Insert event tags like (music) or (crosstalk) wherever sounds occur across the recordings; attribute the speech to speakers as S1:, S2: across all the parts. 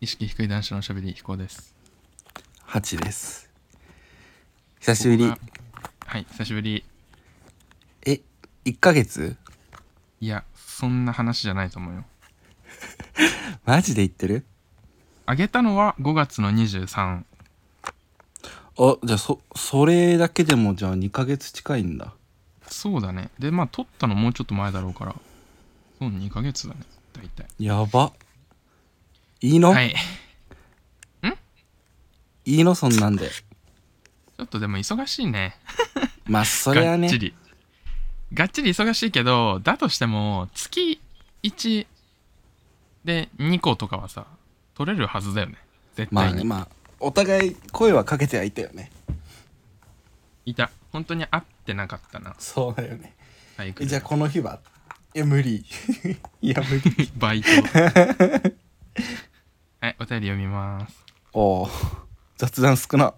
S1: 意識低い男子のおしゃべり飛行です
S2: ハチです久しぶり
S1: ここがはい久しぶり
S2: え1ヶ月
S1: いやそんな話じゃないと思うよ
S2: マジで言ってる
S1: あげたのは5月の23
S2: あじゃあそそれだけでもじゃあ2ヶ月近いんだ
S1: そうだねでまあ撮ったのもうちょっと前だろうからそう2ヶ月だね大体
S2: やばいいの、、
S1: はいい
S2: いのそんなんで
S1: ちょっとでも忙しいね
S2: まあそれは
S1: が
S2: ね
S1: っちりがっちり忙しいけどだとしても月1で2個とかはさ取れるはずだよね絶
S2: ま
S1: 対
S2: あ
S1: に、
S2: ねまあお互い声はかけてはいたよね
S1: いた本当に会ってなかったな
S2: そうだよね
S1: 体育
S2: え
S1: で
S2: じゃあこの日はいや無理 (laughs) いや無理
S1: バイト。 (laughs) はい、お便り読みます。
S2: (laughs) おお雑談少な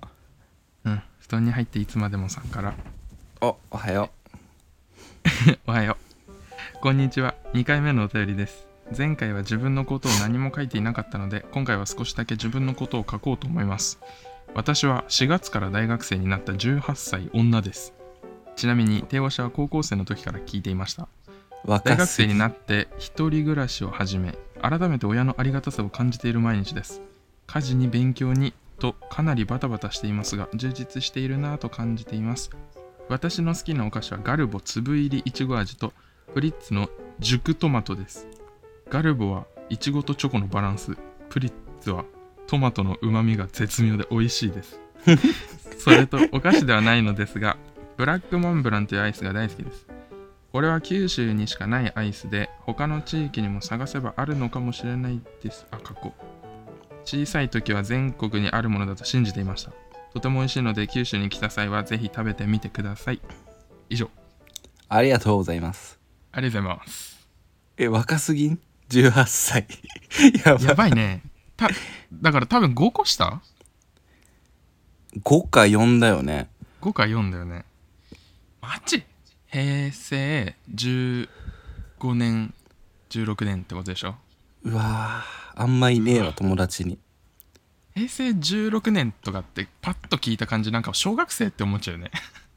S1: うん。布団に入っていつまでもさんから。 (laughs)
S2: おおはよ
S1: おはよう。こんにちは。2回目のお便りです。前回は自分のことを何も書いていなかったので、今回は少しだけ自分のことを書こうと思います。私は4月から大学生になった18歳女です。ちなみに、帝和社は高校生の時から聞いていました。
S2: う若
S1: 大学生
S2: すぎ
S1: になって一人暮らしを始め改めて親のありがたさを感じている毎日です家事に勉強にとかなりバタバタしていますが充実しているなぁと感じています私の好きなお菓子はガルボ粒入りいちご味とプリッツの熟トマトですガルボはいちごとチョコのバランスプリッツはトマトのうまみが絶妙で美味しいですそれとお菓子ではないのですがブラックモンブランというアイスが大好きですこれは九州にしかないアイスで他の地域にも探せばあるのかもしれないですあ過去小さい時は全国にあるものだと信じていましたとても美味しいので九州に来た際はぜひ食べてみてください以上
S2: ありがとうございます
S1: ありがとうございます
S2: え若すぎん18歳 (laughs) やば
S1: (laughs) やばいね (laughs) ただから多分5個した
S2: 5か4だよね
S1: ?5 か4だよねマジ平成15年16年ってことでしょ
S2: うわーあんまいねえわ友達に
S1: 平成16年とかってパッと聞いた感じなんか小学生って思っちゃうよね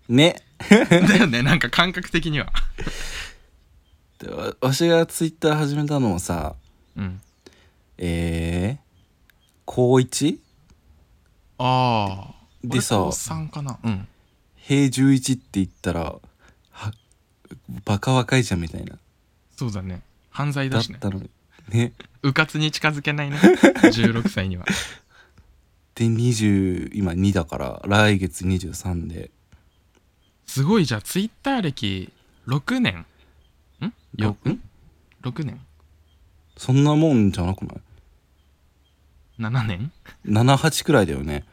S2: ね
S1: (laughs) だよねなんか感覚的には
S2: でわわしがツイッター始めたのもさ
S1: うん
S2: えー、高 1?
S1: ああ
S2: でさ
S1: 高3かなうん
S2: 平11って言ったらはバカ若いじゃんみたいな
S1: そうだね犯罪
S2: だ
S1: だ
S2: っ
S1: しね
S2: たのにね
S1: うかつに近づけ (laughs) ないね16歳には
S2: で20今2だから来月23です
S1: ごいじゃあツイッター歴6年んよ
S2: ん
S1: 6年
S2: そんなもんじゃなくない
S1: 7年
S2: 78くらいだよね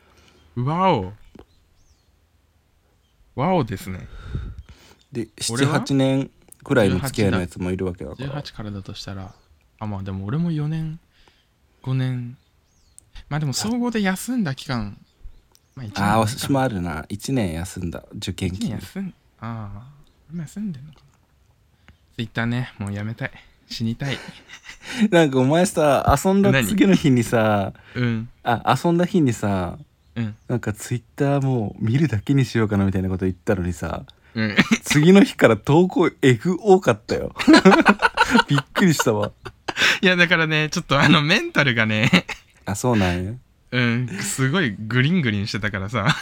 S1: わおわおですね
S2: で
S1: 俺は
S2: 78年くらいの付き合いのやつもいるわけだから
S1: 18からだとしたらあまあでも俺も4年5年まあでも総合で休んだ期間まあ1年
S2: ああ私もあるな1年休んだ受験期
S1: 一年休んああ今休んでんのかなツイッターねもうやめたい死に
S2: (laughs)
S1: たい
S2: なんかお前さ遊んだ
S1: 何
S2: 次の日にさ
S1: うん
S2: あ遊んだ日にさ
S1: うん
S2: なんかツイッターもう見るだけにしようかなみたいなこと言ったの
S1: (laughs)
S2: にさ
S1: うん
S2: 次の日から投稿えぐ多かったよ (laughs) びっくりしたわ
S1: いやだからねちょっとあのメンタルがね
S2: あそうなんや
S1: うんすごいグリングリンしてたからさ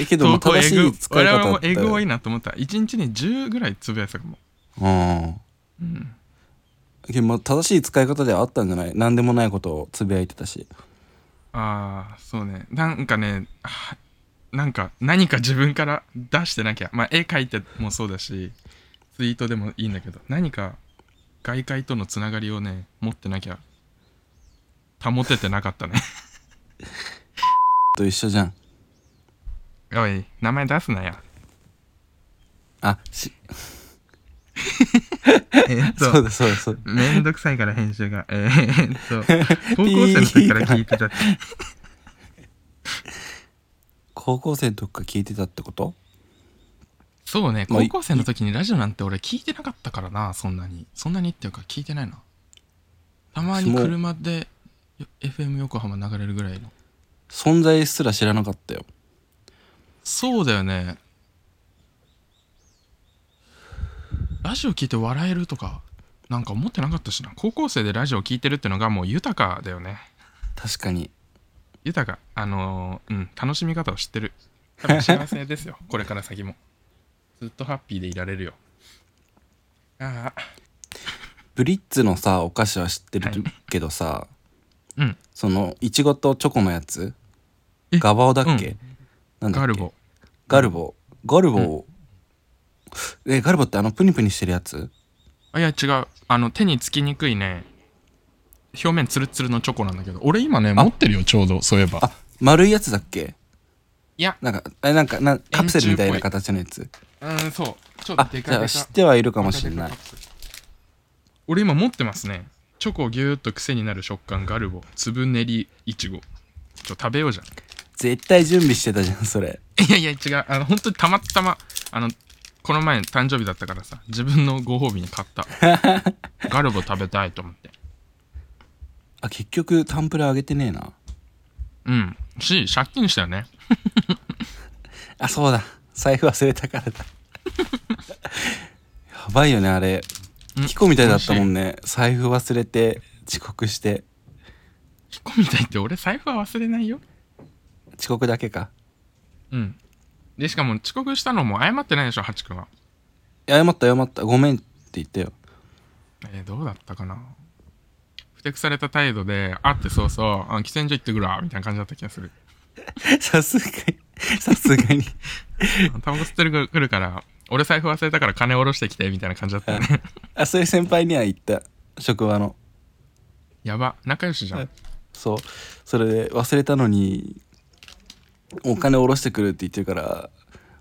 S2: えけどもう正し
S1: 投
S2: い
S1: 稿
S2: 使
S1: え
S2: い
S1: ぐ
S2: 方
S1: 俺
S2: だ
S1: も
S2: った
S1: え
S2: よ
S1: ぐ多
S2: う
S1: い
S2: ん
S1: なと思った1日に10ぐらいつぶやいてたかもうん
S2: けどまあ正しい使い方ではあったんじゃない何でもないことをつぶやいてたし
S1: ああそうねなんかねあなんか何か自分から出してなきゃまあ絵描いてもそうだしツイートでもいいんだけど何か外界とのつながりをね持ってなきゃ保ててなかった
S2: (laughs)
S1: ね
S2: と一緒じゃん
S1: おい名前出すなよ
S2: あし
S1: えーっ
S2: そう
S1: と
S2: だそうだそうだ
S1: めんどくさいから編集がえーっと高校生の時から聞いてたって
S2: 高校生の時から聞いてたってこと
S1: そうね
S2: まあ
S1: 高校生の時にラジオなんて俺聞いてなかったからなそんなにそんなにっていうか聞いてないなたまに車でよ FM 横浜流れるぐらいの
S2: 存在すら知らなかったよ
S1: そうだよねラジオ聞いて笑えるとかなんか思ってなかったしな高校生でラジオ聞いてるってのがもう豊かだよね
S2: 確かに
S1: 豊かあのーうん楽しみ方を知ってる多分幸せですよ (laughs) これから先もずっとハッピーでいられるよああ
S2: ブリッツのさお菓子は知ってるけどさ、
S1: うん
S2: そのいちごとチョコのやつ
S1: え
S2: ガバオだっけ、なんだっけ
S1: ガルボ
S2: ガルボガルボを、えガルボってあのプニプニしてるやつ
S1: あいや違うあの手につきにくいね表面ツルツルのチョコなんだけど俺今ね持ってるよちょうどそういえば
S2: あ丸いやつだっけ
S1: いや
S2: なんかえなんかなんカプセルみたい
S1: 円柱っ
S2: な
S1: ぽ
S2: 形のやつ
S1: うんそうちょっと
S2: あ
S1: で
S2: じ
S1: か
S2: ゃ
S1: で
S2: あ
S1: か
S2: 知ってはいるかもしれない
S1: 俺今持ってますねチョコギューっと癖になる食感ガルボ粒練りいちごちょ食べようじゃん
S2: 絶対準備してたじゃんそれ
S1: いやいや違うあの本当にたまたまあのこの前誕生日だったからさ自分のご褒美に買った
S2: (laughs)
S1: ガルボ食べたいと思って
S2: あ結局タンプラ上げてねえな
S1: うんし借金したよね
S2: あそうだ財布忘れたから (laughs) だやばいよねあれ
S1: うん
S2: キコみたいだったもんね財布忘れて遅刻して
S1: 引っ込みたいって俺財布は忘れないよ
S2: 遅刻だけか
S1: うんでしかも遅刻したのも謝ってないでしょハチ君は
S2: 謝った謝ったごめんって言ったよ
S1: えーどうだったかなふてくされた態度で「あってそうそうあ喫煙所行ってくるわ」みたいな感じだった気が (laughs) する
S2: (laughs) さすがにさすがに
S1: あタバコ吸ってるくるから俺財布忘れたから金下ろしてきてみたいな感じだったよね
S2: (laughs) あそういう先輩には言った職場の
S1: (laughs) やば仲良しじゃん
S2: そうそれで忘れたのにお金下ろしてくるって言ってるから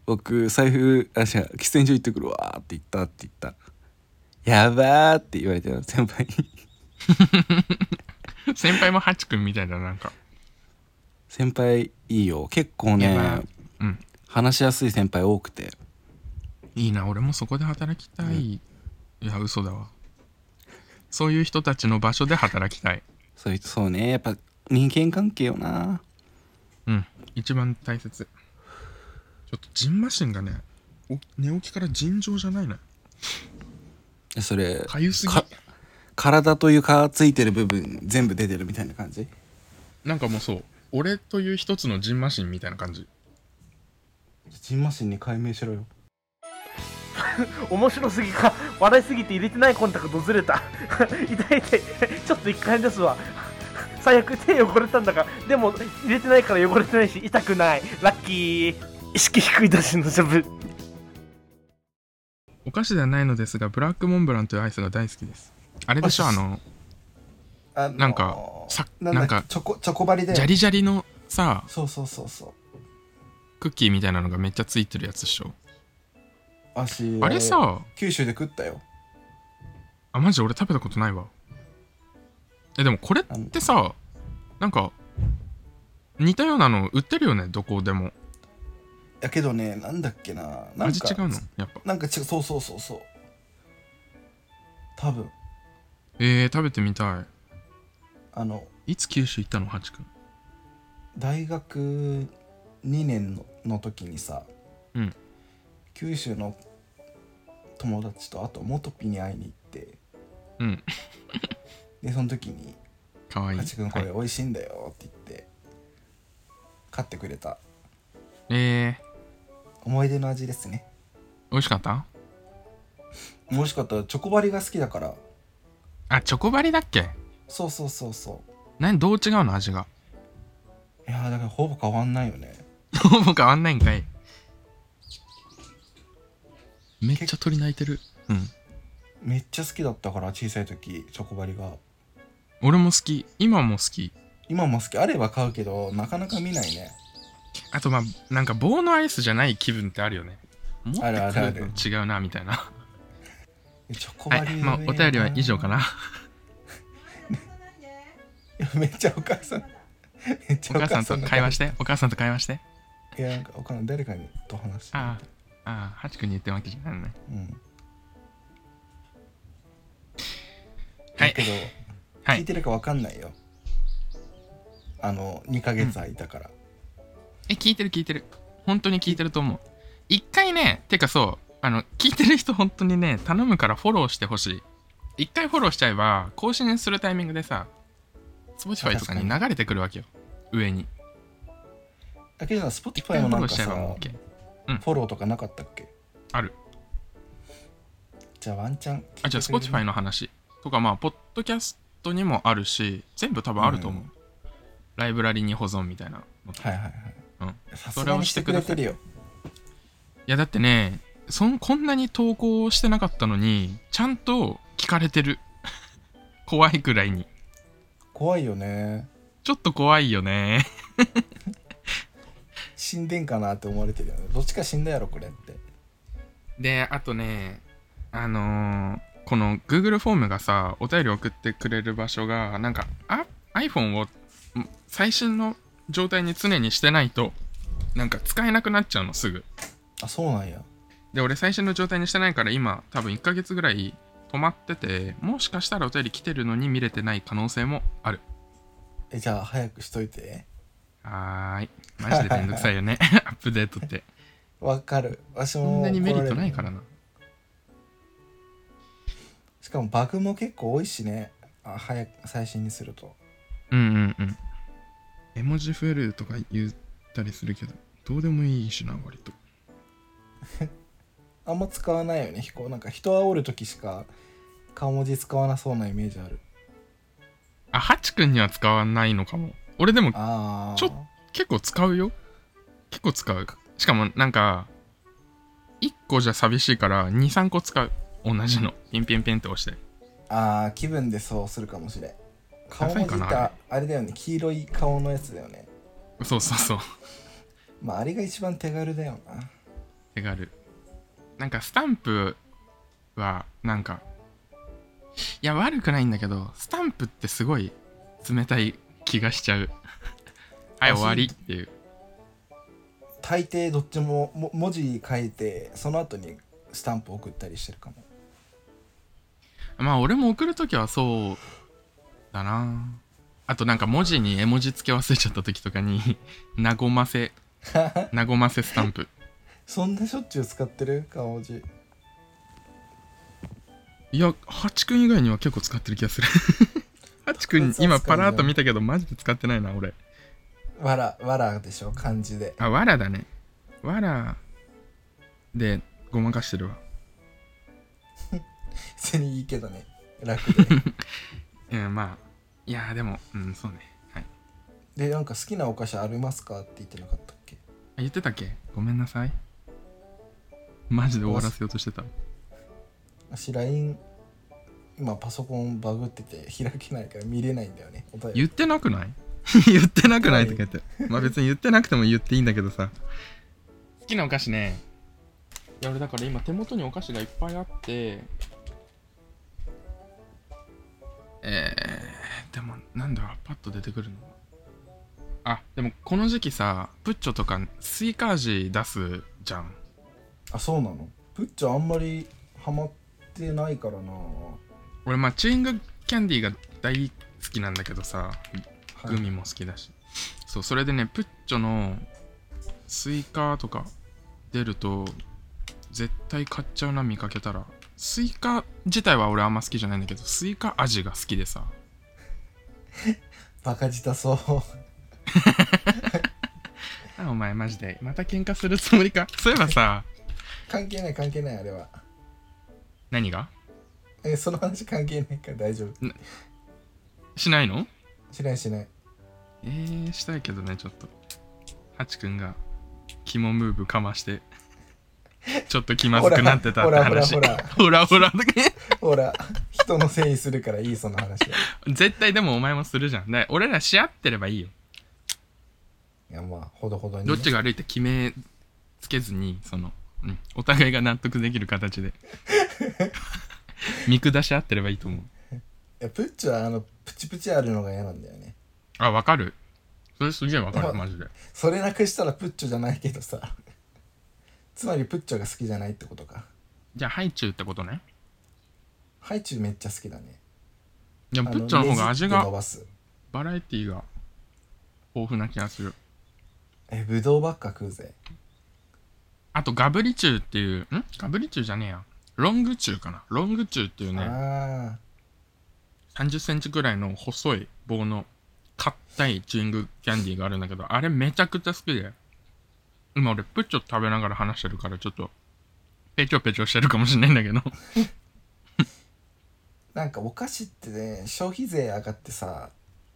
S2: 僕財布あ違う喫煙所行ってくるわーって言ったって言ったやばーって言われたよ先輩に
S1: 先輩もハチ君みたいだななんか
S2: 先輩いいよ結構
S1: や
S2: ね
S1: ばうん
S2: 話しやすい先輩多くて
S1: いいな俺もそこで働きたい、いや嘘だわそういう人たちの場所で働きたい
S2: そういうそうねやっぱ人間関係よな
S1: うん一番大切ちょっとジンマシンがねお寝起きから尋常じゃないね
S2: えそれ
S1: かゆすぎ
S2: か体と床ついてる部分全部出てるみたいな感じ
S1: なんかもうそう俺という一つのジンマシンみたいな感じ
S2: ジンマシンに解明しろよ
S3: 面白すぎか笑いすぎて入れてないコンタクトずれた (laughs) 痛い痛いちょっと一回ですわ最悪手汚れたんだがでも入れてないから汚れてないし痛くないラッキー意識低いだしのジャブ
S1: お菓子ではないのですがブラックモンブランというアイスが大好きですあれでしょ
S2: あ
S1: あの
S2: あの
S1: なんかさ
S2: なんだっけ
S1: なんか
S2: チョコチョコバリで
S1: ジャリジャリのさ
S2: そうそうそうそう
S1: クッキーみたいなのがめっちゃついてるやつでしょ
S2: 足
S1: あれさ
S2: 九州で食ったよ
S1: あマジ俺食べたことないわえでもこれってさなんか似たようなの売ってるよねどこでも
S2: だけどねなんだっけななん
S1: 味
S2: か
S1: 違うのやっぱ
S2: なんか違うそうそうそうそう多分
S1: えー、食べてみた
S2: あの
S1: いいつ九州行ったのハチ君
S2: 大学2年のの時にさ、
S1: うん
S2: 九州の友達とあと元ピに会いに行って
S1: うん
S2: でその時に
S1: かわいい
S2: ハチ君これ
S1: はい
S2: 美味しいんだよって言って買ってくれた
S1: えー、
S2: 思い出の味ですね
S1: 美味しかった
S2: もしかったらチョコバリが好きだから
S1: あチョコバリだっけ
S2: そうそうそうそう
S1: 何どう違うの味が (laughs)
S2: いやーだからほぼ変わんないよね
S1: ほぼ変わんないんかいめっちゃ鳥鳴いてるうん
S2: めっちゃ好きだったから小さい時チョコバリが
S1: 俺も好き今も好き
S2: 今も好きあれば買うけどなかなか見ないね
S1: あとまあなんか棒のアイスじゃない気分ってあるよね持ってく
S2: あるあるある
S1: るの違うなみたい
S2: (laughs)
S1: な
S2: チョコ
S1: は
S2: バリ
S1: いまあお便りは以上か
S2: (laughs)
S1: な
S2: い (laughs) やめっちゃお母さんめっち
S1: お
S2: ゃお
S1: 母さ
S2: 母
S1: ん
S2: さ
S1: と
S2: ん
S1: 会話しててお母さんと会話して
S2: いやなんかお母さん誰かにと話して
S1: ああああハチ君に言ってるわけじゃないのね
S2: うん
S1: はい
S2: だけど、
S1: は
S2: 聞い
S1: い
S2: てるかわかんないよあの2ヶ月空いたから、
S1: え聞いてる聞いてる本当に聞いてると思う一回ねてかそうあの聞いてる人本当にね頼むからフォローしてほしい一回フォローしちゃえば更新するタイミングでさ Spotify とかに流れてくるわけよ上に
S2: だけどさ
S1: 一
S2: Spotify
S1: 回フォ
S2: もな
S1: ロ
S2: ん
S1: ー
S2: か
S1: しちゃえ
S2: さ
S1: ばもう OK
S2: フォローとかなかったっけ
S1: ある
S2: じゃあワンチャン
S1: あじゃあ Spotify
S2: の
S1: の話とかまあポッドキャストにもあるし全部多分あると思う、
S2: う
S1: ライブラリに保存みたいなのとか
S2: はいはい
S1: うん
S2: はいさす
S1: それ
S2: が
S1: を
S2: に
S1: し
S2: してて
S1: く
S2: く
S1: だ
S2: れ
S1: さい
S2: てるよ
S1: いやだってねそんこんなに投稿してなかったのにちゃんと聞かれてる (laughs) 怖いくらいに
S2: 怖いよね
S1: ちょっと怖いよね
S2: 死んでんかなって思われてるよねどっちか死んだやろこれって
S1: であとねあのーこの Google フォームがさお便り送ってくれる場所がなんかあ iPhone をん最新の状態に常にしてないとなんか使えなくなっちゃうのすぐ
S2: あそうなんや
S1: で俺最新の状態にしてないから今多分1ヶ月ぐらい止まっててもしかしたらお便り来てるのに見れてない可能性もある
S2: えじゃあ早くしといて
S1: はーいマジでめんどくさいよね (laughs) アップデートって
S2: わかる私
S1: そん
S2: も
S1: なにメリットない
S2: ら
S1: からな
S2: しかもバグも結構多いしねあ早く最新にすると
S1: うんうんうん絵文字増えるとか言ったりするけどどうでもいいしな割と
S2: あんま使わないよねこうなんか人煽る時しか顔文字使わなそうなイメージある
S1: あハチくんには使わないのかも俺でも
S2: ああ
S1: ちょっ結構使うよ結構使うしかもなんか1個じゃ寂しいから23個使う同じのピンピンピンって押して
S2: あー気分でそうするかもしれん顔
S1: 高い
S2: 文字
S1: か
S2: って
S1: な
S2: ああれだよね黄色い顔のやつだよね
S1: そうそうそう
S2: まああれが一番手軽だよな
S1: 手軽なんかスタンプはなんかいや悪くないんだけどスタンプってすごい冷たい気がしちゃ (laughs) うはい
S2: あ
S1: 終わりっていう
S2: 大抵どっちもも文字書いてその後にスタンプ送ったりしてるかも
S1: まあ俺も送るときはそうだなあとなんか文字に絵文字付け忘れちゃったときとかに (laughs) 和ま (laughs) せ和ませスタンプ
S2: そんなしょっちゅう使ってる顔文字
S1: いやハチくん以外には結構使ってる気がする (laughs) ハチくん今パラーっと見たけどマジで使ってないな俺
S2: わらわらでしょ漢字で
S1: あ、わらだね。わらでごまかしてるわ。
S2: 別にいいけどね楽で
S1: うん、まあ、いやーでも、うん、そうね。はい。
S2: でなんか好きなお菓子ありますかって言ってなかったっけ
S1: あ、言ってたっけごめんなさい。マジで終わらせようとしてた。
S2: 私 LINE 今パソコンバグってて開けないから見れないんだよねお便り
S1: 言ってなくない (laughs) 言ってなくないとか言って。まあ別に言ってなくても言っていいんだけどさ。好きなお菓子ね。いや、俺だから今手元にお菓子がいっぱいあって。えー、でもなんだパッと出てくるのはあ、でもこの時期さ、プッチョとかスイカ味出すじゃん。
S2: あそうなのプッチョあんまりハマってないからな
S1: 俺まあチューイングキャンディーが大好きなんだけどさ、
S2: はい
S1: グミも好きだし、そうそれでねプッチョのスイカとか出ると絶対買っちゃうな見かけたらスイカ自体は俺あんま好きじゃないんだけどスイカ味が好きでさ
S2: バカ舌そう (laughs)
S1: あお前マジでまた喧嘩するつもりか (laughs) そういえばさ
S2: 関係ない関係ないあれは
S1: 何が
S2: えその話関係ないから大丈夫
S1: しないの
S2: しないしない
S1: えー、したいけどねちょっとハチくんが肝ムーブかまして (laughs) ちょっと気まずくなってたって話
S2: ほら
S1: ほ (laughs) らほら
S2: ほら人のせいにするからいいその話は
S1: 絶対でもお前もするじゃんだから俺らし合ってればいいよ
S2: いやまあほどほどにね、
S1: どっちが悪いって決めつけずにその、うん、お互いが納得できる形 (laughs) で見下し合ってればいいと思う
S2: いやプッチョはあのプチプチあるのが嫌なんだよね
S1: あわかるそれすげえわかるマジで
S2: それなくしたらプッチョじゃないけどさ (laughs) つまりプッチョが好きじゃないってことか
S1: じゃあハイチュウってことね
S2: ハイチュウめっちゃ好きだね
S1: でも
S2: あ
S1: プッチョの方が
S2: ね
S1: 味
S2: じって伸
S1: が
S2: ばす
S1: バラエティが豊富な気がする
S2: えぶどうばっか食うぜ
S1: あとガブリチュウっていうんガブリチュウじゃねえやロングチュウかなロングチュウっていうね
S2: ああ
S1: 3 0ンチぐらいの細い棒の硬いチューイングキャンディーがあるんだけどあれめちゃくちゃ好きで今俺プッチョ食べながら話してるからちょっとペチョペチョしてるかもしれないんだけど
S2: なんかお菓子ってね消費税上がってさ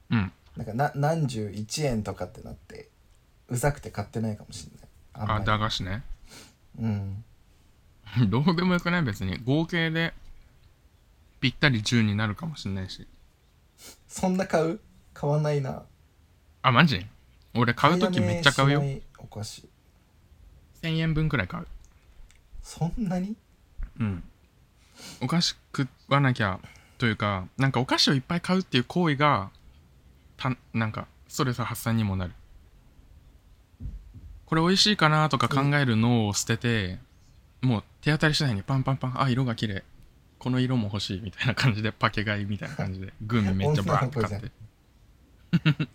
S1: うん
S2: なんかな何十一円とかってなってうざくて買ってないかもしんないあんま
S1: あ
S2: り
S1: 駄菓子ね (laughs)
S2: うん
S1: どうでもよくない別に合計でぴったり10になるかもしれないし
S2: そんな買う買わないな
S1: あマジ俺買う時めっちゃ買うよ
S2: 買いだめしないお菓子
S1: 1000円分くらい買う
S2: そんなに
S1: うんお菓子食わなきゃというかなんかお菓子をいっぱい買うっていう行為がたなんかストレス発散にもなるこれ美味しいかなとか考える脳を捨てて、もう手当たり次第にパンパンパンあ色が綺麗この色も欲しいみたいな感じでパケ買いみたいな感じでグミめっちゃバーって買
S2: 女の
S1: っ
S2: 子
S1: て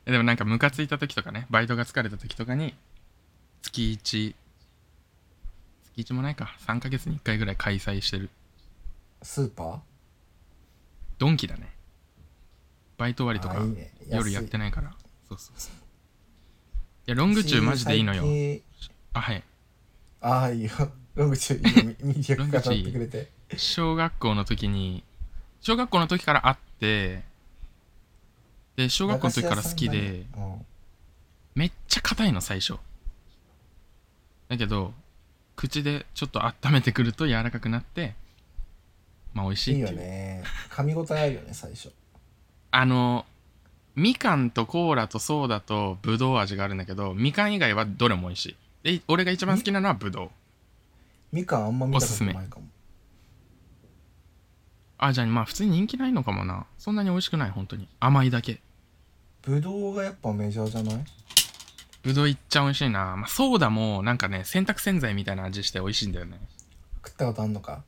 S1: (laughs) でもなんかムカついた時とかねバイトが疲れた時とかに月1月1もないか3ヶ月に1回ぐらい開催してる
S2: スーパ
S1: ドンキだねバイト終わり
S2: ー
S1: と
S2: あ
S1: か
S2: ーいいね
S1: 夜やって
S2: な
S1: な
S2: い
S1: いからそうそうそういやロングチューマジでいいのよあはい
S2: ああいいよロングチューいいよみ魅
S1: ロング
S2: 力語
S1: チューいい
S2: ってくれて
S1: 小学校の時に小学校の時から会ってで小学校の時から好き
S2: 駄菓
S1: で
S2: 子屋さんだね
S1: めっちゃ硬いの最初だけど口でちょっと温めてくると柔らかくなってまあ美味
S2: うん
S1: し
S2: いい
S1: いっ
S2: よ
S1: ていう
S2: ね噛み応えあるよね最初
S1: あのみかんとコーラとソーダとぶどう味があるんだけどみかん以外はどれも美味しいで俺が一番好きなのはぶどう
S2: みかんあんま見たことないかも
S1: あじゃあまあ普通に人気ないのかもなそんなに美味しくない本当に甘いだけ
S2: ぶどうがやっぱメジャーじゃない
S1: ぶどういっちゃ美味しいな、まあ、ソーダもなんかね洗濯洗剤みたいな味して美味しいんだよね
S2: 食ったことあんのか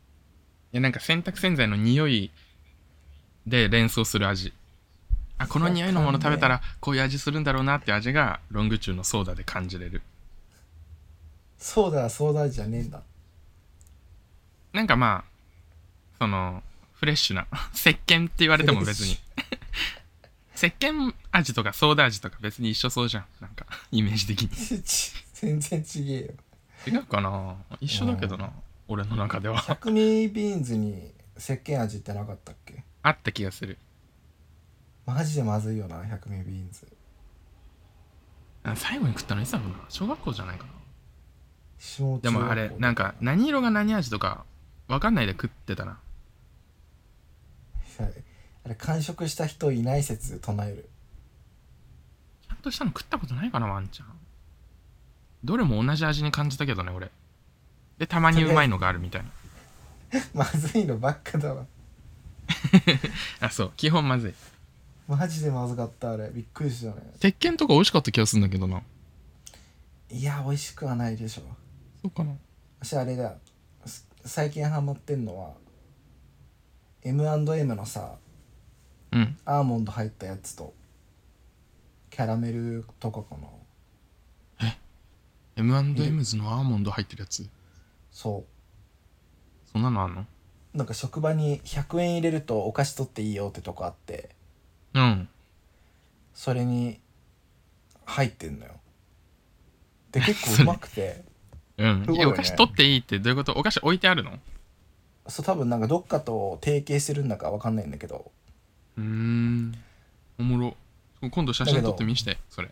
S1: いやなんか洗濯洗剤の匂いで連想する味あこの匂いのもの食べたらこういう味するんだろうなって味がロングチューのソーダで感じれる
S2: そうだそうだじゃねえんだ
S1: なんかまあそのフレッシュな (laughs) 石鹸って言われても別に石鹸味とかソーダ味とか別に一緒そうじゃんなんかイメージ的に
S2: ち (laughs) 全然ちげえよ
S1: (laughs) 違うかな一緒だけどな俺の中では
S2: 百味ビーンズに石鹸味ってなかったっけ
S1: (laughs) あった気がする
S2: マジでまずいよな百味ビーンズ
S1: あ最後に食ったのいつだろうな小学校じゃないかな
S2: 下
S1: でもあれなんか何色が何味とかわかんないで食ってたな
S2: はいあれ完食した人いない説唱える
S1: ちゃんとしたの食ったことないかなワンちゃんどれも同じ味に感じたけどね俺でたまにうまいのがあるみたいな
S2: まずいのばっかだわ
S1: あそう基本まずい
S2: マジでまずかったあれびっくりしたね
S1: 鉄拳とか美味しかった気がするんだけどない
S2: や美味しくはないでしょ
S1: そうかな
S2: 私あれだす最近ハマってんのは M&M のさ
S1: うん
S2: アーモンド入ったやつとキャラメルとかかな
S1: M&M's のアーモンド入ってるやつ
S2: そ
S1: そんなのあんの
S2: うなんか職場に100円入れるとお菓子取っていいよってとこあって
S1: うん
S2: それに入ってんのよで結構うまくて
S1: うん
S2: すごい
S1: い
S2: ね
S1: やお菓子取っていいってどういうことお菓子置いてあるの
S2: そう多分なんかどっかと提携してるんだかわかんないんだけど
S1: うーんおもろ今度写真撮ってみしてそれ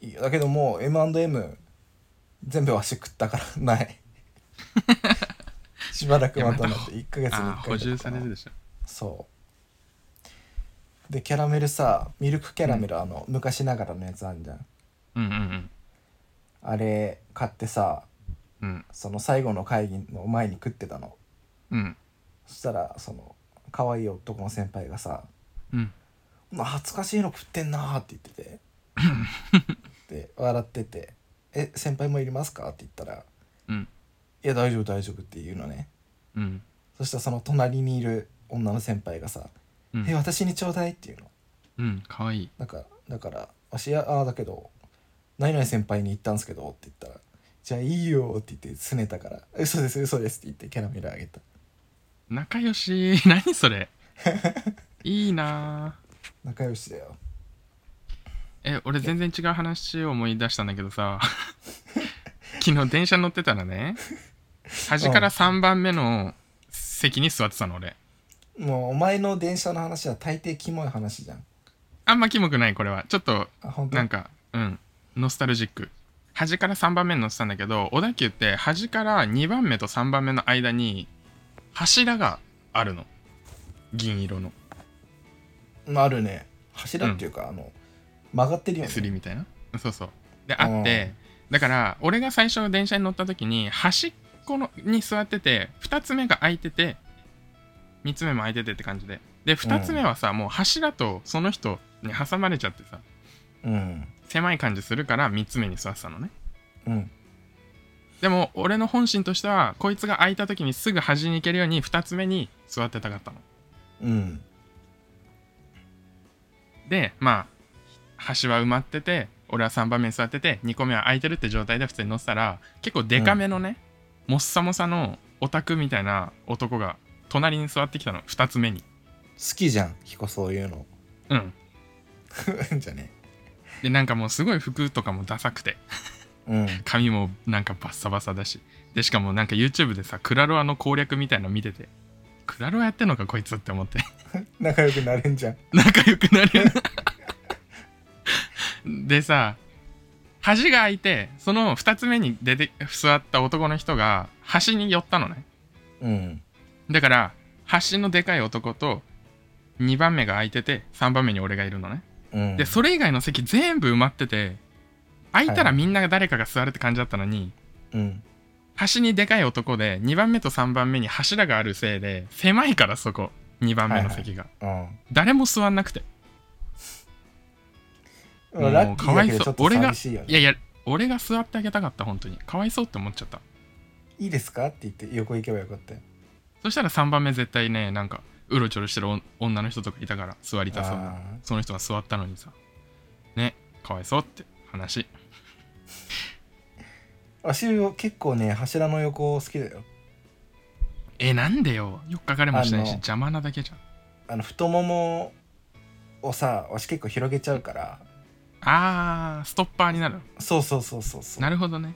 S2: いやだけどもう M&M 全部わし食ったから (laughs) ないしばらく待たなって1ヶ月に
S1: あー
S2: 1回
S1: 補
S2: とか
S1: 充されるでしょ
S2: そうでキャラメルさミルクキャラメル、あの昔ながらのやつあんじゃん
S1: うんうん
S2: あれ買ってさ
S1: うんうん
S2: その最後の会議の前に食ってたの
S1: うん
S2: そしたらその可愛い男の先輩がさ
S1: うん
S2: 「まあ恥ずかしいの食ってんな」って言って
S1: (laughs)
S2: てで笑ってて「え先輩もいりますか?」って言ったら「
S1: うん
S2: いや大丈夫大丈夫」って言うのね
S1: うん
S2: そしたらその隣にいる女の先輩がさ「
S1: うん
S2: え私にちょうだい」って言うの
S1: うんかわいい
S2: なんかだからわしはああだけど何々先輩に言ったんですけどって言ったらじゃあいいよって言って拗ねたから嘘です嘘ですって言ってキャラメルあげた
S1: 仲良し (laughs) 何そ
S2: (laughs)
S1: れいいなぁ
S2: 仲良しだよ
S1: え俺全然違う話を思い出したんだけどさ (laughs) 昨日電車乗ってたらね端から3番目の席に座ってたの俺
S2: もうお前の電車の話は大抵キモい話じゃん
S1: あんまキモくないこれはちょっと
S2: あ本当
S1: なんかうんノスタルジック端から3番目に乗ってたんだけど小田急って端から2番目と3番目の間に柱があるの銀色の
S2: まああるね柱っていうか、あの曲がってるよね
S1: 釣りみたいなそうそうであってだから俺が最初電車に乗った時に端っこのに座ってて2つ目が空いてて3つ目も空いててって感じでで2つ目はさ、もう柱とその人に挟まれちゃってさ
S2: うん
S1: 狭い感じするから3つ目に座ってたのね
S2: うん
S1: でも俺の本心としてはこいつが空いた時にすぐ端に行けるように2つ目に座ってたかったの
S2: うん
S1: でまあ端は埋まってて俺は3番目に座ってて2個目は空いてるって状態で普通に乗ってたら結構デカめのね、もっさもさのオタクみたいな男が隣に座ってきたの2つ目に
S2: 好きじゃん彦そういうの (laughs)
S1: うん
S2: じゃね
S1: でなんかもうすごい服とかもダサくて
S2: うん
S1: 髪もなんかバッサバサだしでしかもなんか YouTube でさクラロワの攻略みたいの見ててクラロワやってんのかこいつって思って
S2: 仲良くなれんじゃん
S1: 仲良くなれるでさ端が開いてその2つ目に出て座った男の人が端に寄ったのね
S2: うん
S1: だから端のでかい男と2番目が空いてて3番目に俺がいるのね
S2: うん
S1: でそれ以外の席全部埋まってて空いたらみんなが誰かが座るって感じだったのに
S2: うん
S1: 端にでかい男で2番目と3番目に柱があるせいで狭いからそこ2番目の席が、
S2: うん
S1: 誰も座んなくてもう
S2: ラッキーだけどちょっと
S1: かわいそう
S2: 寂しいよね
S1: いやいや俺が座ってあげたかった本当にかわいそうって思っちゃった
S2: いいですかって言って横行けばよかったよ
S1: そしたら3番目絶対ねなんかうろちょろしてるお女の人とかいたから座りたそうな
S2: あ
S1: その人が座ったのにさねかわいそうって話
S2: ーわし結構ね柱の横好きだよ
S1: えなんでよよっかかれもしないし
S2: あの
S1: 邪魔なだけじゃん
S2: あの太ももをさわし結構広げちゃうから
S1: あーストッパーになる
S2: そうそうそうそうそう
S1: なるほどね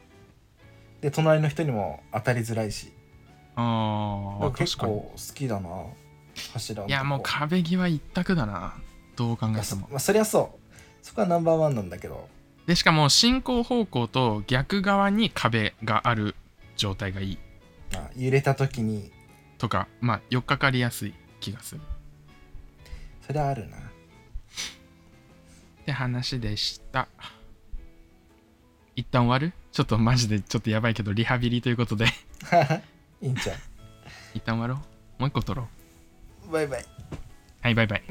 S2: で隣の人にも当たりづらいし
S1: あ
S2: だ
S1: あ
S2: から結
S1: 確かに
S2: 構好きだな柱のとこ
S1: いやもう壁際一択だなどう考えても
S2: まあ、そりゃそうそこはナンバーワンなんだけど
S1: でしかも進行方向と逆側に壁がある状態がいい
S2: まあ揺れた時に
S1: とかまあよっかかりやすい気がする
S2: それはあるな
S1: って話でした一旦終わるちょっとマジでちょっとやばいけどリハビリということで (laughs)
S2: いいんちゃ
S1: 一旦終わろうもう一個撮ろう
S2: うバイバイ
S1: はいバイバイ